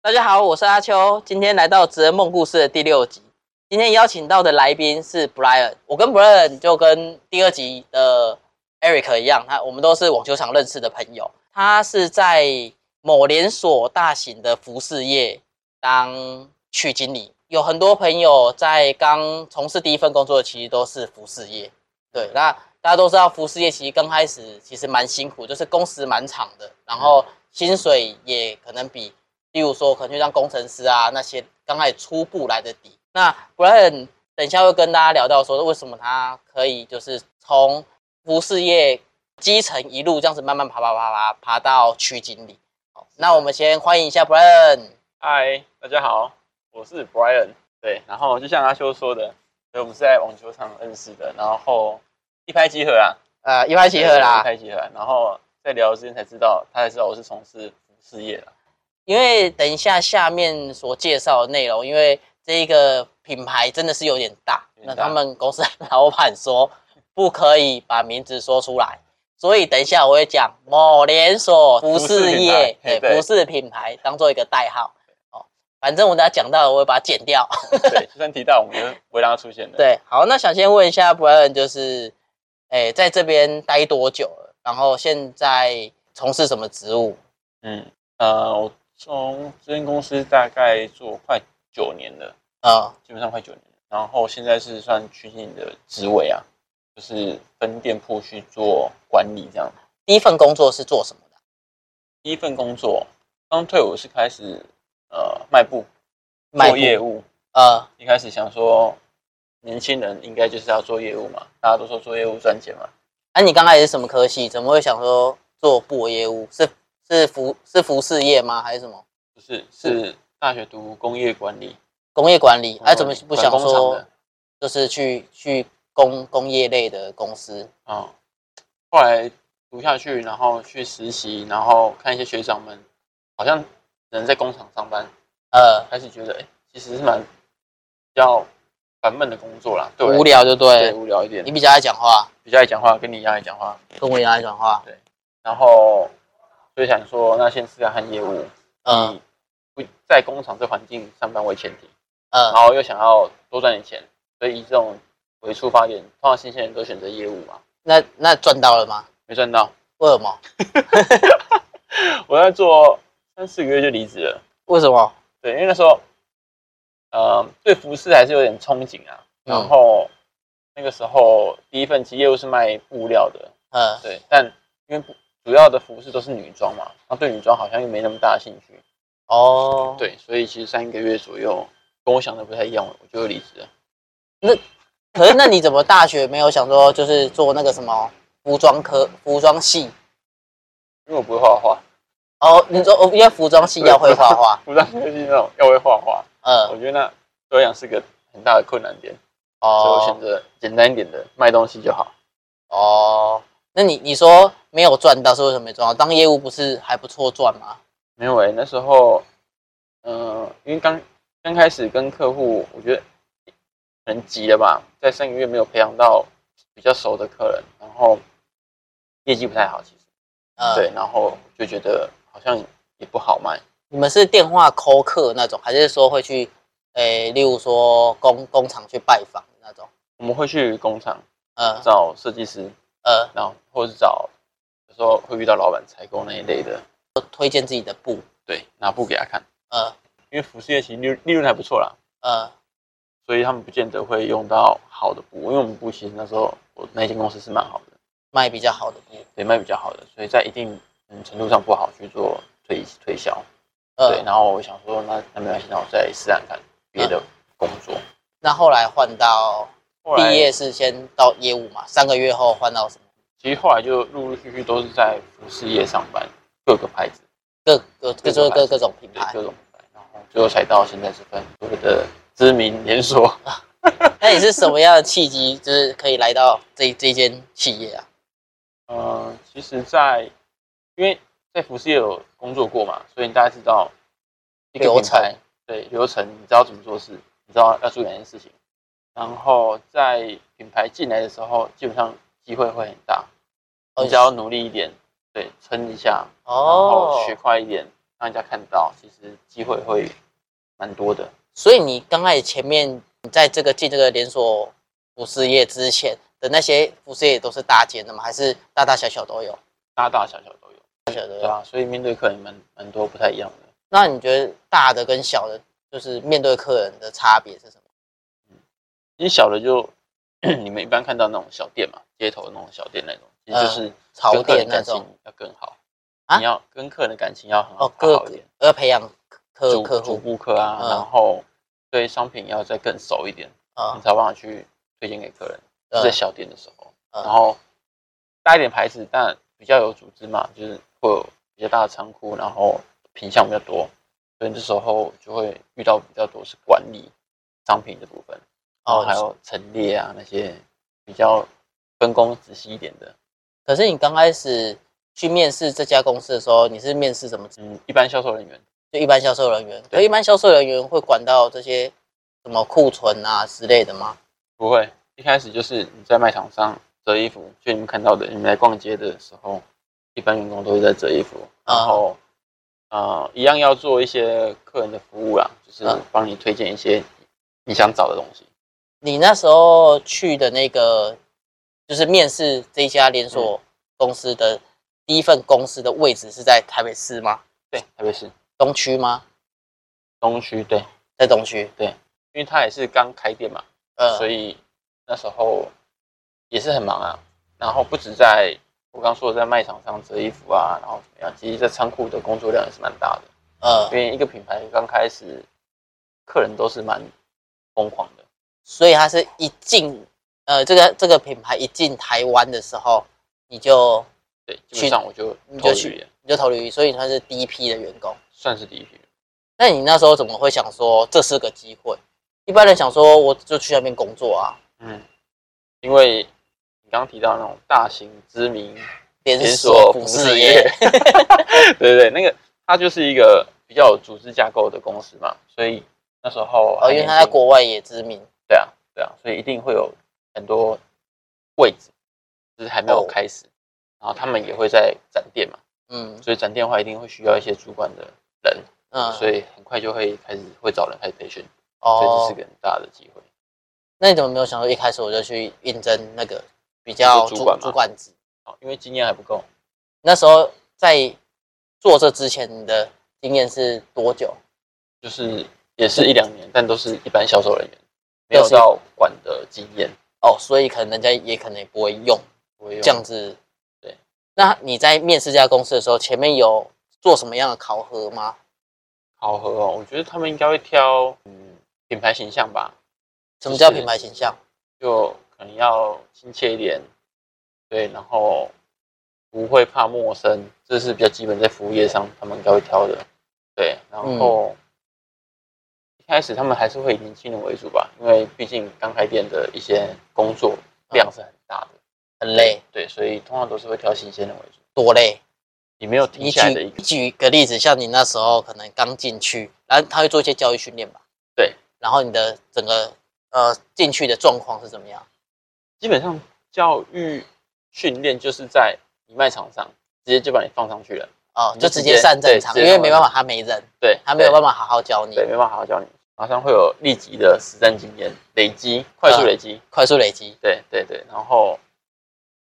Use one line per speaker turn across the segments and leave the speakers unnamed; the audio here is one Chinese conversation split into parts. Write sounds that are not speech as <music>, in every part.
大家好，我是阿秋，今天来到《职人梦故事》的第六集。今天邀请到的来宾是 Brian，我跟 Brian 就跟第二集的 Eric 一样，他我们都是网球场认识的朋友。他是在某连锁大型的服饰业当区经理，有很多朋友在刚从事第一份工作，其实都是服饰业。对，那大家都知道服饰业其实刚开始其实蛮辛苦，就是工时蛮长的，然后薪水也可能比，例如说可能就像工程师啊那些刚开始初步来的低。那 Brian 等一下会跟大家聊到说为什么他可以就是从服饰业基层一路这样子慢慢爬爬爬爬爬到区经理。好，那我们先欢迎一下 Brian。
嗨，大家好，我是 Brian。对，然后就像阿修说的，我们是在网球场认识的，然后一拍即合啊，
呃，一拍即合
对一
啦，
拍即合。啊然后在聊之前才知道，他才知道我是从事服饰业的。
因为等一下下面所介绍的内容，因为这一个品牌真的是有点大，
有
那
点大
他们公司的老板说不可以把名字说出来，所以等一下我会讲某连锁服饰业，
服饰品牌
对，服饰品牌当做一个代号。哦，反正我等下讲到了，我会把它剪掉。 <laughs>
对，就算提到，我们就不会让他出现的。，
对，好，那想先问一下 Brian，就是，哎、在这边待多久了？然后现在从事什么职务？
嗯，呃，我从这间公司大概做快九年了，
嗯，
基本上快九年了。然后现在是算区经理的职位啊，就是分店铺去做管理这样。
第一份工作是做什么的？
第一份工作刚退伍是开始呃卖布
卖
做
布
业务，
呃，
一开始想说年轻人应该就是要做业务嘛，大家都说做业务赚钱嘛，
那、你刚开始是什么科系？怎么会想说做布业务？是是服是服饰业吗？还是什么
不是是大学读工业管理，
工业管理？哎、怎么不想
管工厂
说
的
就是去去工工业类的公司？
啊、后来读下去，然后去实习，然后看一些学长们好像人在工厂上班，
呃，
开始觉得哎、诶其实是蛮比较烦闷的工作啦，对我来
无聊就对
对
了。
无聊一点
你，比较爱讲话，
比较爱讲话，跟你一样爱讲话。
跟我一样爱讲话。
然后就想说，那先试看看业务，
嗯
以不在工厂这环境上班为前提，然
嗯
后又想要多赚点钱，所以以这种为出发点，通常新鲜人都选择业务嘛。
那那赚到了吗？
没赚到，
为什么？
我在做三四个月就离职了。
为什么？
对，因为那时候，呃，对服饰还是有点憧憬啊。
嗯
然后那个时候第一份其实业务是卖布料的，
嗯
对，但因为主要的服饰都是女装嘛，然后对女装好像又没那么大的兴趣。
哦，，
对，所以其实三个月左右跟我想的不太一样，我就离职了。
可是那你怎么大学没有想说就是做那个什么服装科服装系？
因为我不会画画，
哦，你说哦，因为服装系要会画画，
<laughs> 服装设计那种要会画画，我
嗯，
觉得那对我来讲是个很大的困难点，所以我选
哦
择简单一点的卖东西就好。
哦，那你你说没有赚到是为什么没赚到？当业务不是还不错赚吗？
没有诶、欸那时候，嗯、因为刚刚开始跟客户，我觉得很急了吧，在三个月没有培养到比较熟的客人，然后业绩不太好，其实、
嗯，
对，，然后就觉得好像也不好卖。
你们是电话扣客那种，还是说会去，诶、例如说工工厂去拜访那种？
我们会去工厂
嗯
找设计师，
呃，
然后或者是找有时候会遇到老板采购那一类的，
推荐自己的布，
对，拿布给他看，
呃
因为服饰业其实利利润还不错啦，
呃，
所以他们不见得会用到好的布，因为我们布其实那时候我那间公司是蛮好的，
卖比较好的布，
对，卖比较好的，所以在一定嗯程度上不好去做推推销，对，
呃，
然后我想说那那没关系，那我再试看看别
嗯
的工作。
那后来换到
后来
毕业是先到业务嘛，三个月后换到什么？
其实后来就陆陆续续都是在服饰业上班，各个牌子，
各各各就是各
各
各
种牌子
种品
对
牌
各。种品牌，然后最后才到现在这份所谓的知名连锁。
那你是什么样的契机，就是可以来到这这间企业啊？
呃，其实在，因为在服饰业有工作过嘛，所以你大概知道一个
流
品牌
程，
对流程，你知道怎么做事，你知道要做哪件事情。然后在品牌进来的时候，基本上机会会很大，
哦
你只要努力一点，对，撑一下，然后
哦，
学快一点，让人家看到，其实机会会蛮多的。
所以你刚开始前面你在这个进这个连锁服饰业之前的那些服饰业都是大间的吗？还是大大小小都有？
大大小小都有，
大小都
对
有。
啊，所以面对客人蛮蛮多不太一样的。
那你觉得大的跟小的，就是面对客人的差别是什么？
其实小的就 <clears throat> 你们一般看到那种小店嘛，街头那种小店那种，其实就是
潮
跟客人
嗯店
的
那
感情
种，
要更好。
啊
你要跟客人的感情要很好，
哦，客
好一点，
要培养客
主
客
主
户
顾客啊，
嗯
然后对商品要再更熟一点，
啊
你，才有办法去推荐给客人。
呃
嗯是在小店的时候，
嗯
然后大一点牌子，但比较有组织嘛，就是会有比较大的仓库，然后品相比较多，所以这时候就会遇到比较多是管理商品的部分，然后还
哦。
有陈列啊那些比较分工仔细一点的。
可是你刚开始去面试这家公司的时候，你是面试什么？
嗯，一般销售人员
就一般销售人员。
对
可一般销售人员会管到这些什么库存啊之类的吗？
不会，一开始就是你在卖场上折衣服，就你们看到的，你们来逛街的时候，一般员工都会在折衣服，
啊
然后呃，一样要做一些客人的服务啦，就是
啊
帮你推荐一些你想找的东西。
你那时候去的那个，就是面试这一家连
嗯
锁公司的第一份公司的位置是在台北市吗？
对，特别是
东区吗？
东区，对，因
在东区。
为他也是刚开店嘛，
呃，
所以那时候也是很忙啊。然后不止在我刚说的在卖场上折衣服啊，然后怎么样，其实在仓库的工作量也是蛮大的。
呃
因，为一个品牌刚开始，客人都是蛮疯狂的，
所以它是一进呃这个这个品牌一进台湾的时候，你就
对，基
去
本上我就
你
投
就
履
去
了，
你就投履历，所以你算是第一批的员工。
算是第一批。
那你那时候怎么会想说这是个机会？一般人想说我就去那边工作啊，
嗯，因为你刚刚提到那种大型知名 <laughs>
连
连
锁
锁
服
服
饰
饰
业
业，对对，那个它就是一个比较有组织架构的公司嘛，所以那时候
哦，
还 <laughs>
因为
年
他在
轻
国外也知名，
对啊对啊，所以一定会有很多位置，就是还没有
哦
开始，然后他们也会在展店嘛，
嗯
所以展店的话一定会需要一些主管的人，
嗯，
所以很快就会开始会找人开始培训。所以这
哦
是，个很大的机会。
那你怎么没有想说一开始我就去应征那个比较
你说主管吗
主管职？
哦，因为经验还不够，
那时候在做这之前，你的经验是多久？
就是也是一两年，但都是一般销售人员，没
就
有
是
到管的经验。
哦，所以可能人家也可能也不会用
我有
这样子。
对，
那你在面试这家公司的时候，前面有做什么样的考核吗？
考核哦，我觉得他们应该会挑嗯品牌形象吧，
什么叫
就是
品牌形象？
就可能要亲切一点，对，然后不会怕陌生，这是比较基本在服务业上他们应该会挑的，对，然后。一开始他们还是会以年轻人为主吧，因为毕竟刚开店的一些工作量是很大的，
很累，
对，所以通常都是会挑新鲜人为主。
多累？
你没有停
你
下来的
举
一个
你举个例子，像你那时候可能刚进去，然后他会做一些教育训练吧？
对。
然后你的整个呃进去的状况是怎么样？
基本上教育训练就是在你卖场上直接就把你放上去了，
哦，
你
就
就
直
直
接
接
上
对
战场，
直
因
接
为
上
没
战
办法，他没人，
对，
他没有办
法，
法好好教你
对，，没办法好好教你，马上会有立即的实战经验累积，快速累积，
快速累积。
对对对，然后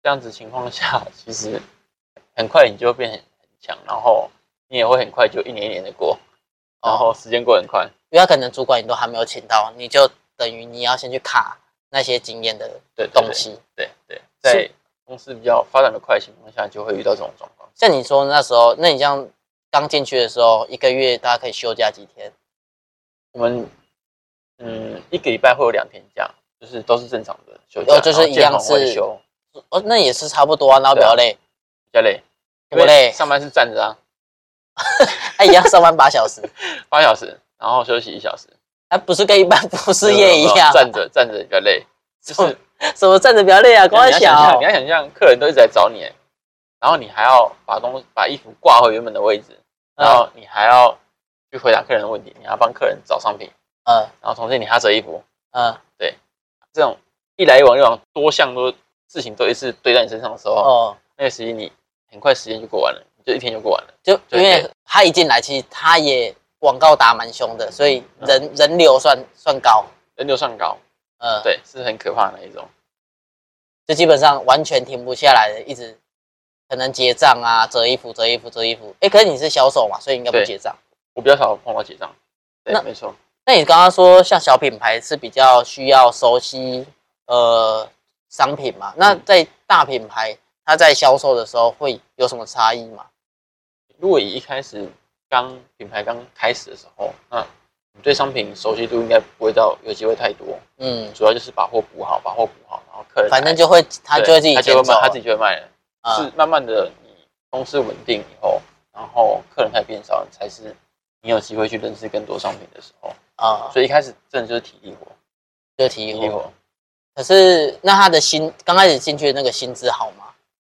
这样子情况下，其实很快你就会变很很强，然后你也会很快就一年一年的过，然
哦，
后时间过得很快，
因为他可能主管你都还没有请到，你就等于你要先去卡那些经验的
对对
东，西。
对对对，
是
在公司比较发展的快的情况下，就会遇到这种状况。
像你说那时候，那你像刚进去的时候，一个月大家可以休假几天？
我们嗯一个礼拜会有两天假，就是都是正常的休假，
哦就是
然
一
后
样
健康会
是
休，
哦，那也是差不多啊，然后比较累，
比较累，
多累
因为上班是站着啊，
他一样上班八小时，
八小时，然后休息一小时，
他不是跟一般 <laughs> 服饰业一哦
没有没有
样，
<laughs> 站着站着比较累，就是
什么站着比较累啊，光
你要想
小
象，你要想象客人都一直在找你，然后你还要把东把衣服挂回原本的位置，
嗯
然后你还要去回答客人的问题，你还要帮客人找商品，
嗯
然后同时你还要折衣服，
嗯
这种一来一往一往多项多事情都一次堆在你身上的时候，
哦，
那个时间你很快时间就过完了，就一天就过完了。
就因
对
为
对
他一进来，其实他也广告打蛮凶的，所以
嗯
人、人流算算高，
人流上高，
呃，，
对，是很可怕的那一种。
就基本上完全停不下来的，一直可能结账啊，折衣服，折衣服，折衣服。哎、可是你是销售嘛，所以你应该不
对
结账。
我比较少碰到结账，对
那，
没错，
那你刚刚说像小品牌是比较需要熟悉呃商品嘛？那
嗯
在大品牌，它在销售的时候会有什么差异吗？
如果以一开始刚品牌刚开始的时候，那你对商品熟悉度应该不会到有机会太多，
嗯，
主要就是把货补好，把货补好，然后客人
反正
来
就会他就
对
会自己
他就
先
会
走
卖，
了，
他自己就会卖了。
啊
是慢慢的，你公司稳定以后，然后客人才变少，才是你有机会去认识更多商品的时候。
啊，
所以一开始真的就是体力活，
就提
体
货
力。活
可是那他的薪刚开始进去的那个薪资好吗？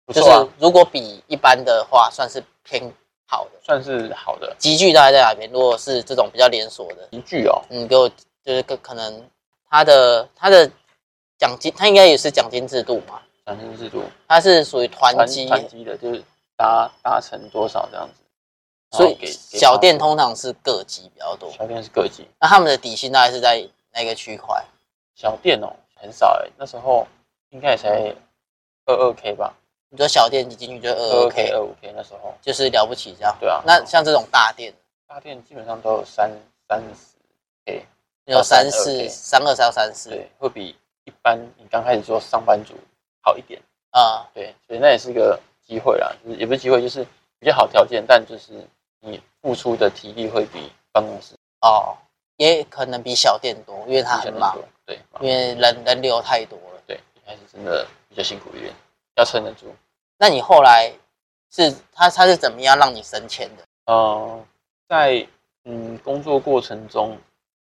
不
就
错啊
是，如果比一般的话，算是偏好的。
算是好的。
集聚大概在哪边？如果是这种比较连锁的，
一句哦，
嗯，给我就是可可能他的他的奖金，他应该也是奖金制度嘛，
转身制度，
他是属于团
团
积，
团积的，就是达达成多少这样子。然
所
后
以
哦给给
小
他
店通常是个级比较多。
小店是个级，
那他们的底薪大概是在哪个区块？
小店哦很少哎、那时候应该也才二二 k 吧，
你说小店你进去就
二
二
二
k，
k 二五 k 那时候，
就是了不起这样。
对啊。
那像这种大店，
大店基本上都有三三十 k，
有
到
三
32
四
K
三二三三四，
对，会比一般你刚开始做上班族好一点。
啊，
对，所以那也是个机会啦，就是也不是机会，就是比较好条件，但就是你付出的体力会比办公室
哦，也可能比小店多，因为它
比较
很
那
忙
么，多。对，忙
因为人人流太多了。
对，一开始真的比较辛苦一点，要撑得住。
那你后来是他他是怎么样让你升迁的？
呃，在嗯工作过程中，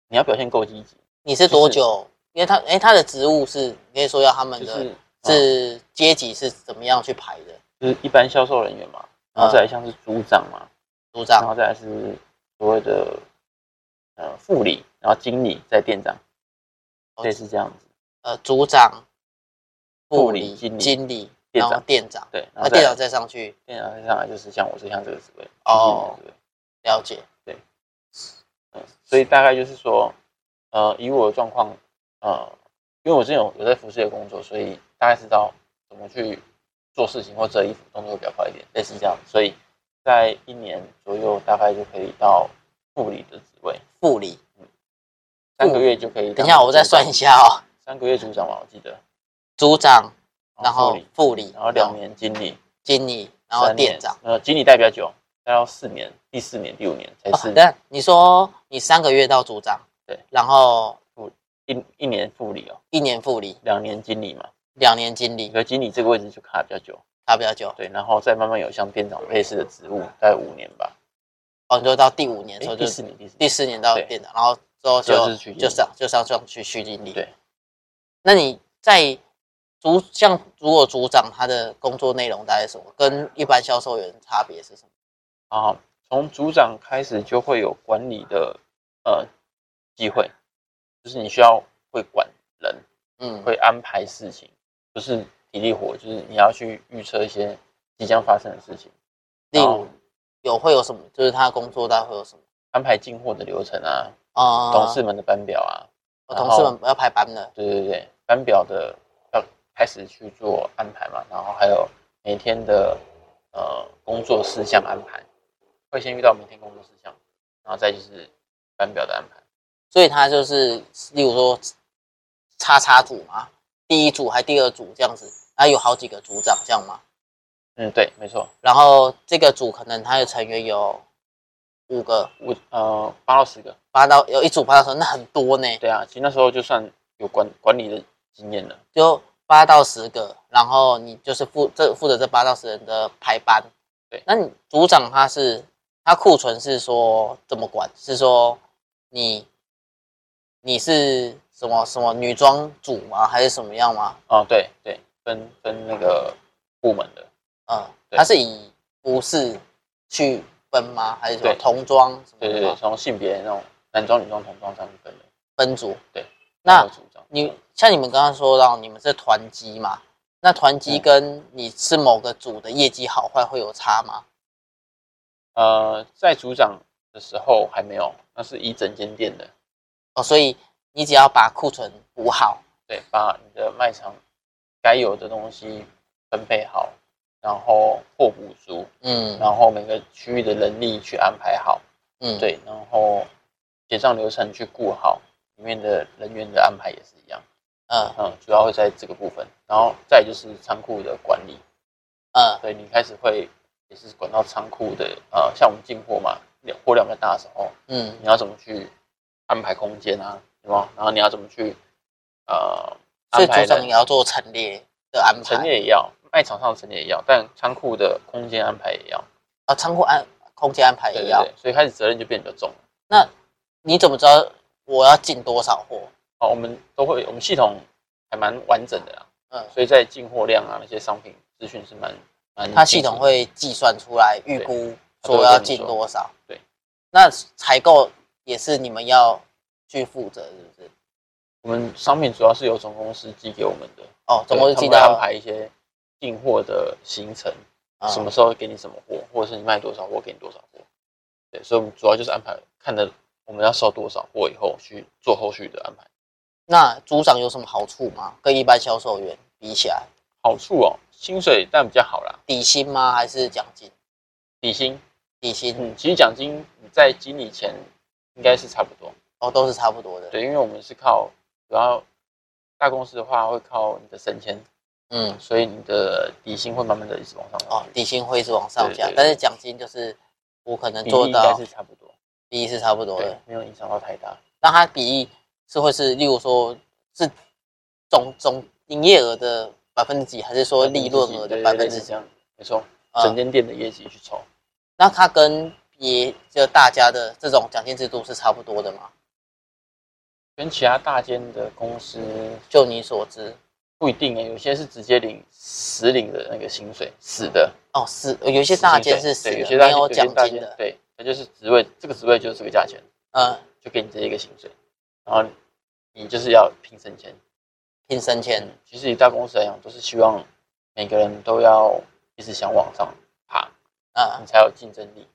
你要表现够积极，
你是多久？因为他哎、他的职务是你可以说要他们
就
的、
是呃
是阶级是怎么样去排的？呃
就是一般销售人员嘛，然
嗯
后再来嗯像是组长嘛，
组
然
长
后再来是所谓的呃副理，然后经理，再店长，
哦
类似这样子。
呃组长、
副
部
理
理、
经理
经理，
店
然
长
后店长，
对，然
那
后再
店长
来
再上去
店长再上来就是像我是像这个职位，
哦
经理的职位
了解。
嗯，所以大概就是说，呃，以我的状况，呃，因为我之前有有在服饰业工作，所以大概知道怎么去做事情或折衣服，动作会比较快一点，类似这样。所以在一年左右，大概就可以到副理的职位，
副理，
三个月就可以。
等一下我再算一，下哦。
三个月组长嘛，我记得，
组长，然
哦副
后
理
副理，
然后两年经理，
经理，然后
三年
店长。，
呃，经理待比较久，待到四年，第四年、第五年才
哦
是，
但你说你三个月到组长，
对，
然后
一一年副理哦，
一年副理，
两年经理嘛，
两年经理，
可经理这个位置就卡得比较久。
差比较久。
对，然后再慢慢有像店长类似的职务，大概五年吧，
哦，你就到第五年的时候
诶
就
第
是
四年，第四
第
年，
四年到
对
店长，然后之后
之后
就
就是去
就
经理
上就上上去去经理。
对，
那你在组像如果组长他的工作内容大概是什么？跟一般销售员差别是什么？
啊，从组长开始就会有管理的呃机会，就是你需要会管人，
嗯，
会安排事情，不是体力活，就是你要去预测一些即将发生的事情，
例如
哦
有会有什么？就是他的工作大概会有什么？
安排进货的流程啊，
啊、
董事们的班表啊，
哦
然
同事
后
们不要排班了。
对对对，班表的要开始去做安排嘛，然后还有每天的呃工作事项安排，会先遇到每天工作事项，然后再就是班表的安排。
所以他就是，例如说，叉叉组嘛，第一组还第二组这样子，他有好几个组长这样嘛。
嗯，对，没错，
然后这个组可能他的成员有五个，
我呃八到十个，
八到有一组八到十，那很多呢，
对啊，其实那时候就算有管管理的经验了，
就八到十个，然后你就是负这负责这八到十人的排班。
对
那你组长他是他库存是说怎么管？是说你你是什么什么女装组吗？还是什么样吗？
哦，对对，分分那个部门的，
嗯，
对
它是以服饰去分吗？还是什么
对
童装什么
对
的
对对，
吗
从性别那种男装、女装、童装上去分的。
分组？
对，
那
组长
你像你们刚刚说到，你们是团机嘛？那团机
嗯
跟你是某个组的业绩好坏会有差吗？
呃，在组长的时候还没有，那是一整间店的，
哦，所以你只要把库存补好，
对，把你的卖场该有的东西分配好，然后货补足，
嗯
然后每个区域的人力去安排好，
嗯，
对，然后结账流程去顾好，里面的人员的安排也是一样，
嗯
嗯，主要会在这个部分，然后再来就是仓库的管理，
嗯
对你开始会也是管到仓库的，呃，像我们进货嘛，量货量比较大的时候，
嗯
你要怎么去安排空间啊，对吗？然后你要怎么去呃
所
安
以
排
组长
人
也，要做陈列的安排，
陈列也要，卖场上的陈列也要，但仓库的空间安排也要，
啊，仓库安空间安排
对
也
对
要。
对，所以开始责任就变得比较重了。
你怎么知道我要进多少货？
好，哦我们都会，我们系统还蛮完整的啦，
嗯，
所以在进货量啊那些商品资讯是蛮蛮，
它系统会计算出来，预估
嗯它都会
说要进多少。
跟你说对，
那采购也是你们要去负责，是不是？
我们商品主要是由总公司寄给我们的，
哦，总共是
对他
记
们
得
会安排一些进货的行程，
嗯
什么时候给你什么货，或者是你卖多少货给你多少货。对，所以我们主要就是安排看的我们要收多少货以后去做后续的安排。
那组长有什么好处吗？跟一般销售员比起来，
好处哦，薪水但比较好啦，
底薪吗？还是奖金？
底薪，
底薪
嗯，其实奖金你在经理前应该是差不多。
哦都是差不多的。，
对，因为我们是靠主要大公司的话会靠你的升迁，
嗯，
所以你的底薪会慢慢的一直往上
哦
上，去，
底薪会一直往上
对
加
对，对
但是奖金就是我可能
比
做
例应该
到
是差不多，
比例是差不多
对
的，，
没有影响到太大。
那它比例是会是，例如说是总总营业额的百分之几，还是说利润额的百分之
是这
几？
样，没错，
啊
整间店的业绩去抽，
那它跟别就大家的这种奖金制度是差不多的嘛？
跟其他大间的公司
就你所知，
不一定诶，欸有些是直接领实领的那个薪水，死的，
哦，是有一些大间是死
对有
的，
些大
没
间
有奖
些大
金
间
的，
对，它就是职位，这个职位就是这个价钱，
嗯，
就给你这一个薪水，然后你就是要拼升迁。
拼升迁
嗯，其实以大公司来讲，都是希望每个人都要一直想往上爬，
啊
你，才有竞争力。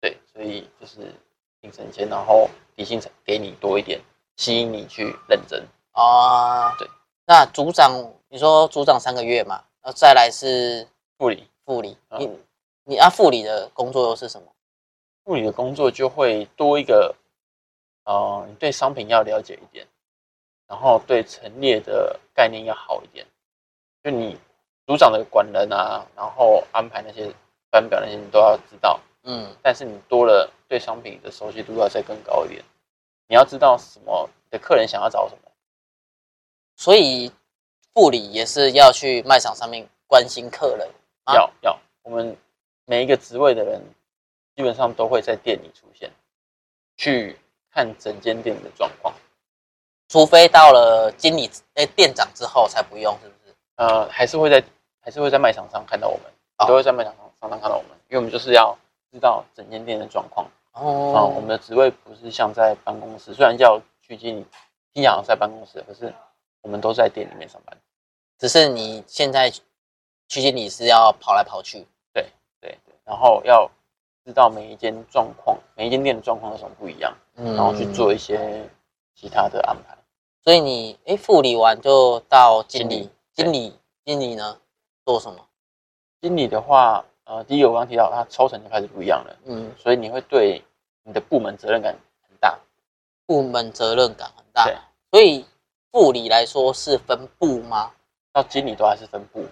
对，所以就是竞争先，然后底薪才给你多一点，吸引你去认真。
哦，
对，
那组长，你说组长三个月嘛，然后再来是
护理，
副理，
嗯
你你啊，副理的工作又是什么？
护理的工作就会多一个，呃，你对商品要了解一点，然后对陈列的概念要好一点。就你组长的管人啊，然后安排那些班表那些你都要知道，
嗯，
但是你多了对商品的熟悉度要再更高一点。你要知道什么你的客人想要找什么，
所以副理也是要去卖场上面关心客人。啊
要要，我们每一个职位的人基本上都会在店里出现，去看整间店的状况。
除非到了经理哎、店长之后才不用，是不是？
呃，还是会在还是会在卖场上看到我们，
好
都会在卖场上上看到我们，因为我们就是要知道整间店的状况。啊、
哦，
我们的职位不是像在办公室，虽然叫去经理，听起来好像在办公室，可是我们都在店里面上班。
只是你现在区经理是要跑来跑去，
对对，然后要知道每一间状况，每一间店的状况有什么不一样，
嗯
然后去。做一些其他的安排。
所以你哎、副理完就到经理，经
经
理经理呢做什么？
经理的话，呃，第一个我刚提到，他抽成就开始不一样了，
嗯，
所以你会对你的部门责任感很大。
部门责任感很大
对，
所以副理来说是分部吗？
到经理都还是分部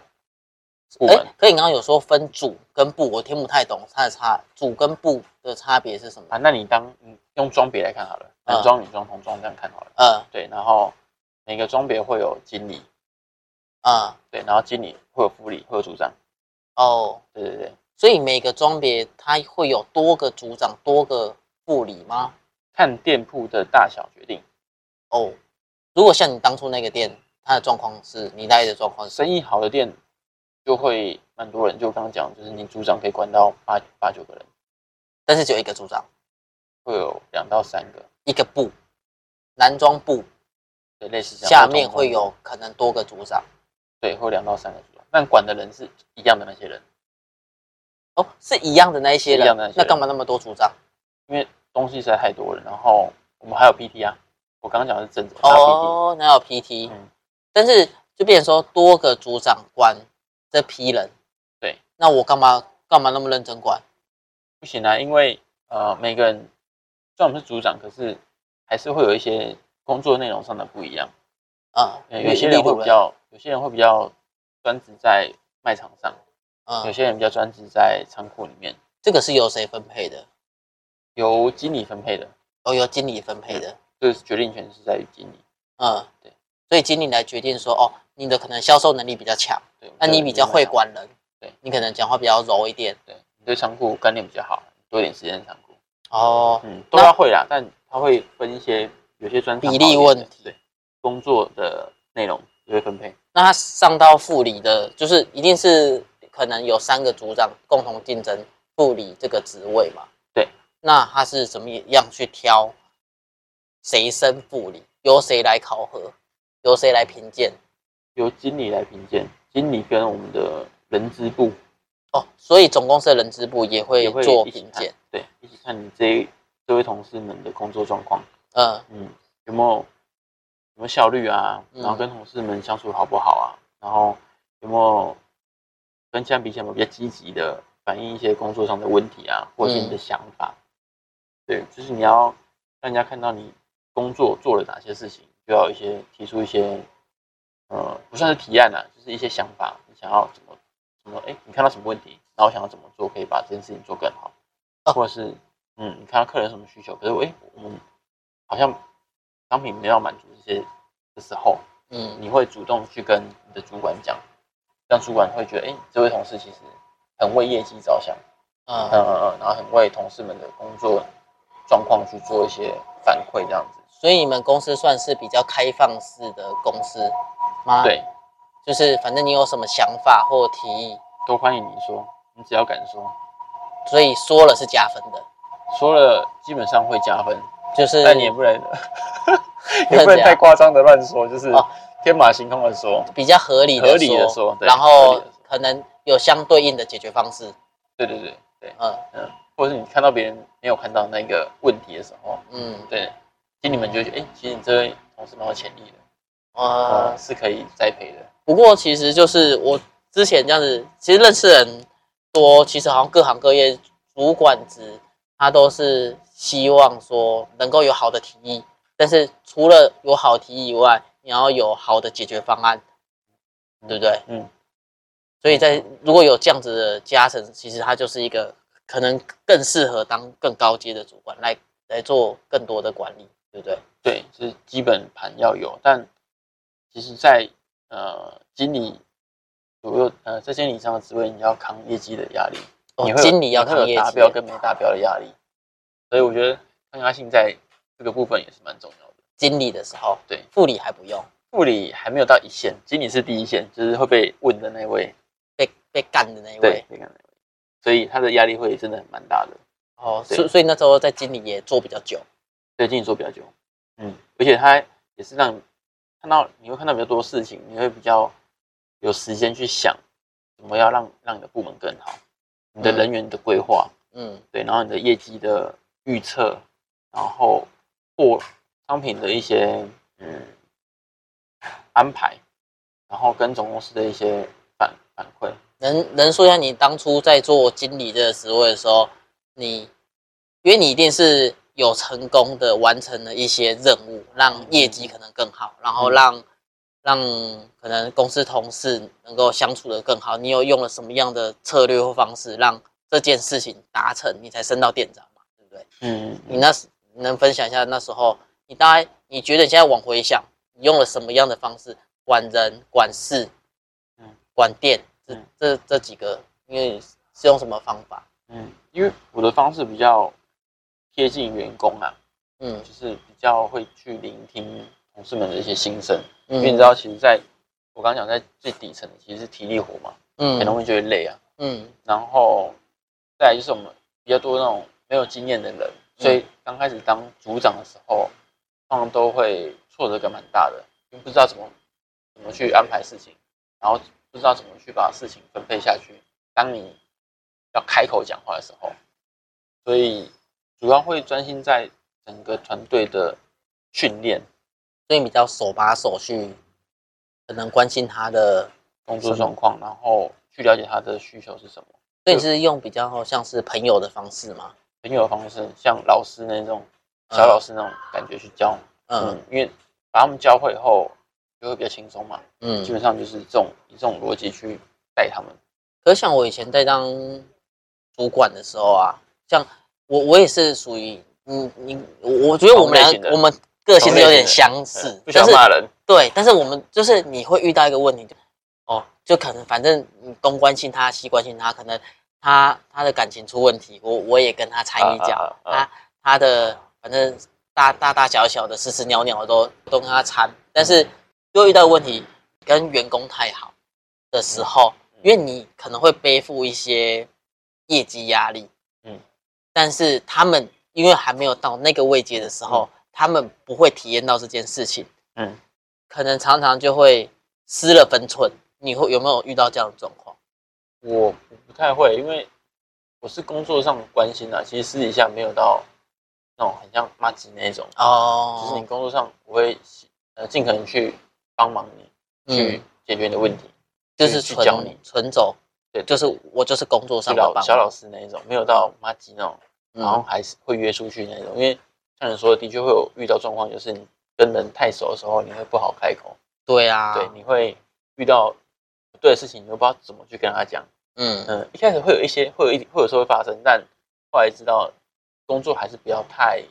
部
哎、
门，
可是你刚刚有说分组跟部，我听不太懂它的差，组跟部的差别是什么？
啊，那你当你用装别来看好了，
嗯
男装、女装、童装这样看好了。
呃
对，然后每个装别会有经理，
呃
对，然后经理会有副理，会有组长，
哦，
对对对，
所以每个庄别它会有多个组长、多个副理吗？
看店铺的大小决定。
哦，如果像你当初那个店，它的状况是你待的状况是
生意好的店就会蛮多人，就刚刚讲，就是你组长可以管到八八九个人，
但是只有一个组长，
会有两到三个，
一个部，男装部
对，类似这样。
下面会有可能多个组长。
对，会有两到三个组长，但管的人是一样的那些人，
哦，是一样的那一些
是一
人
样的那，些
那
人
干嘛那么多主张？
因为东西实在太多了。然后我们还有 PT 啊，我刚刚讲的是正职，还有 PT，
哦，那有 PT，、
嗯
但是就变成说多个组长管这批人，
对，
那我干嘛干嘛那么认真管？
不行啊，因为呃每个人虽然我们是组长，可是还是会有一些工作内容上的不一样。
啊、
呃
嗯，
有些
例
人会
如
比
嘞，
较，有些人会比较专职在卖场上，有
嗯，
些人比较专职在仓库里面，
这个是由谁分配的？
由经理分配的，
哦，由经理分配的，
这个决定权是在于经理。
嗯，
对，
所以经理来决定说，哦，你的可能销售能力比较强，
对，我们
那
叫
你比较
卖
会
场，
管人，
对
你可能讲话比较柔一点，
对，你对仓库概念比较好，多一点时间在仓库。
哦，
嗯，都
那
要会啦，但他会分一些有些专长
比
好一
例
点
问
的
题
对工作的内容也会分配。
那他上到副理的，就是一定是可能有三个组长共同竞争副理这个职位嘛？
对。
那他是怎么样去挑谁升副理，由谁来考核，由谁来评鉴？
由经理来评鉴，经理跟我们的人资部
哦，所以总公司的人资部也会
也会
做
一起
评
看
鉴。，
对，一起看你这一这位同事们的工作状况，
嗯，
嗯，有没有有没有效率啊，
嗯
然后跟同事们相处好不好啊，然后有没有跟相比起来有没有比较积极的反映一些工作上的问题啊，或者是你的想法，对，就是你要让人家看到你工作做了哪些事情，就要有一些提出一些呃不算是提案啊，就是一些想法，你想要怎么怎么哎，你看到什么问题，然后想要怎么做可以把这件事情做更好，
哦
或者是嗯，你看到客人有什么需求，可是我哎我们好像商品没有满足这些的时候，
嗯，
你会主动去跟你的主管讲，让主管会觉得哎、这位同事其实很为业绩着想。嗯
嗯，
嗯嗯，然后很为同事们的工作状况去做一些反馈，这样子。
所以你们公司算是比较开放式的公司吗？，
对，
就是反正你有什么想法或提议，
都欢迎你说，你只要敢说，
所以说了是加分的，
说了基本上会加分，
就是
但你也不能
不
<laughs>
能
也不能
怎样
太夸张的乱说，就是
哦
天马行空的说。
比较合理的
合理地说对
然
合理
后
地说
可能有相对应的解决方式。
对对对对，
嗯
嗯，或者是你看到别人没有看到那个问题的时候，
嗯
对，经理们就会觉得，哎，其实你这位同事蛮有潜力的，
呃
呃，，是可以栽培的。
不过其实就是我之前这样子，其实认识人多，其实好像各行各业主管职他都是希望说能够有好的提议，但是除了有好提议以外，你要有好的解决方案，对不对？
嗯，
所以在如果有这样子的加成，其实他就是一个可能更适合当更高阶的主管来来做更多的管理，对不对？
对，是基本盘要有，但其实在，呃经理左右，呃在经理上的职位，你要扛业绩的压力，
哦，
你会有
经理要
你会
看
有
业
达
绩，
标跟没达标的压力，所以我觉得抗压性在这个部分也是蛮重要的。
经理的时候，
对
副理还不用，
副理还没有到一线，经理是第一线，就是会被问的那位，
被被干的那一
对
位。，
被看的那位，所以他的压力会真的蛮大的，
哦，
对
所所以那时候在经理也做比较久。
对经理做比较久，嗯，而且他也是让你看到你会看到比较多事情，你会比较有时间去想怎么样让让你的部门更好，你的
嗯
人员的规划，
嗯
对，然后你的业绩的预测，然后或商品的一些嗯安排，然后跟总公司的一些反反馈，
能能说一下你当初在做经理这个职位的时候，你因为你一定是有成功的完成了一些任务，让业
嗯
绩可能更好，然后让、让可能公司同事能够相处的更好。你有用了什么样的策略或方式让这件事情达成，你才升到店长嘛，对不对？
嗯，
你那时你能分享一下那时候你大概你觉得你现在往回想，你用了什么样的方式管人、管事、
嗯
管店这
嗯
这这几个，因为你是用什么方法？
嗯，因为我的方式比较贴近员工啊，
嗯
就是比较会去聆听同事们的一些心声，因
嗯
为你知道，其实在我刚刚讲，在最底层的其实是体力活嘛，很
嗯
容易就会累啊。
嗯
然后再来就是我们比较多那种没有经验的人，所以刚开始当组长的时候，通常都会挫折感蛮大的，因为不知道怎么怎么去安排事情，然后不知道怎么去把事情分配下去。当你要开口讲话的时候，所以主要会专心在整个团队的训练、
所以比较手把手去，可能关心他的，
工作状况，然后去了解他的需求是什么。
所以你是用比较像是朋友的方式吗？
朋友的方式，像老师那种小老师那种感觉去教，嗯，
嗯
因为把他们教会后就会比较轻松嘛。
嗯
基，本上就是这种以这种逻辑去带他们。
可是像我以前在当主管的时候啊，像我我也是属于你你我我觉得我们
同类型
俩
的
我们个性是有点相
嗯
似，
不
但
想
是
骂人，
对，但是我们就是你会遇到一个问题，就哦，就可能反正你东关心他，西关心他，可能他他的感情出问题，我我也跟他参与讲，
啊啊啊
他他的反正大大大小小的屎屎尿尿我都都跟他掺，但是又遇到问题跟员工太好的时候，
嗯
因为你可能会背负一些业绩压力，
嗯
嗯，但是他们因为还没有到那个位阶的时候，他们不会体验到这件事情。
嗯，
可能常常就会失了分寸。你会有没有遇到这样的状况？
我不太会，因为我是工作上的关心啊，其实私底下没有到那种很像骂鸡那种，只是你
哦，
工作上我会呃尽可能去帮忙你
嗯
去，解决你的问题，
就是
去教
纯
你
纯走，
对
就是我就是工作
是
上的
老
帮
小
忙，
老师那一种，没有到骂鸡那种，
嗯
然后还是会约出去那种，因为像你说的，的确会有遇到状况，就是你跟人太熟的时候，你会不好开口，
对啊，
对，你会遇到不对的事情，你又不知道怎么去跟他讲。
嗯，
嗯，一开始会有一些，会有一，会有时候会发生，但后来知道工作还是不要太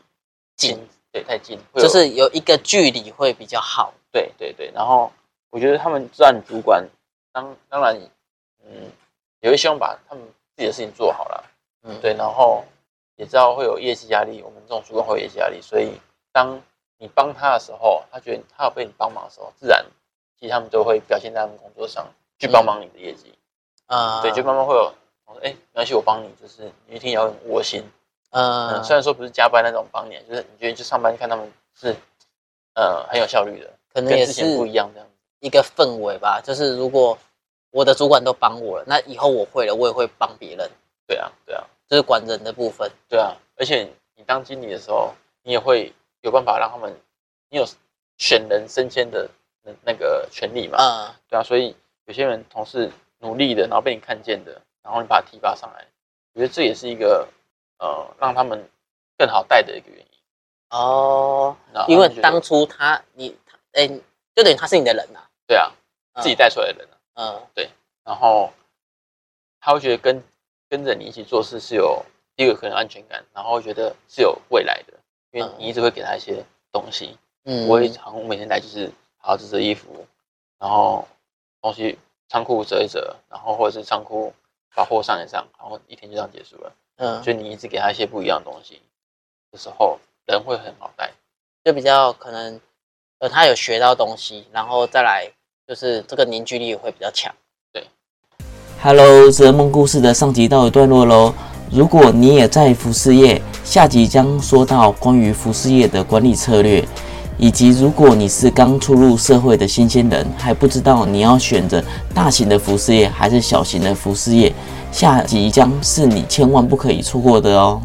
近，对，太近，会有
嗯就是有一个距离会比较好，
对对对。然后我觉得他们知道你主管，当当然，嗯，也会希望把他们自己的事情做好了，
嗯，，
对，然后也知道会有业绩压力，我们这种主管会有业绩压力，所以当你帮他的时候，他觉得他有被你帮忙的时候，自然其实他们就会表现在他们工作上
嗯
去帮忙你的业绩，
呃，
对，就慢慢会有，我说哎，没关系，我帮你，就是你一听也会很窝心，嗯，
呃，
虽然说不是加班那种帮你，啊就是你觉得去上班看他们是呃很有效率的，
可能
跟
也
之
是
前不一样这样子，
一个氛围吧，就是如果我的主管都帮我了，那以后我会了，我也会帮别人，
对啊，对啊，
就是管人的部分，
对啊，而且你当经理的时候，你也会有办法让他们，你有选人升迁的那那个权利嘛？
嗯，
对啊，所以有些人同事努力的，然后被你看见的，然后你把他提拔上来，我觉得这也是一个呃让他们更好带的一个原因。
哦，
然后
因为
他们觉得
当初他你，他哎，就等于他是你的人呐、
对啊，
嗯
自己带出来的人啊、
嗯。
然后他会觉得跟跟着你一起做事是有第一个可能安全感，然后觉得是有未来的，因为
嗯
你一直会给他一些东西。
嗯，
我也好像每天来就是，好这折衣服，然后东西仓库折一折，然后或者是仓库把货上一上，然后一天就这样结束了。
嗯，
所以你一直给他一些不一样的东西，的时候人会很好带。
就比较可能，呃，他有学到东西，然后再来就是这个凝聚力会比较强。
对。
Hello，人梦故事的上集到一段落喽。如果你也在服饰业，下集将说到关于服饰业的管理策略，以及如果你是刚出入社会的新鲜人，还不知道你要选择大型的服饰业还是小型的服饰业，下集将是你千万不可以错过的哦。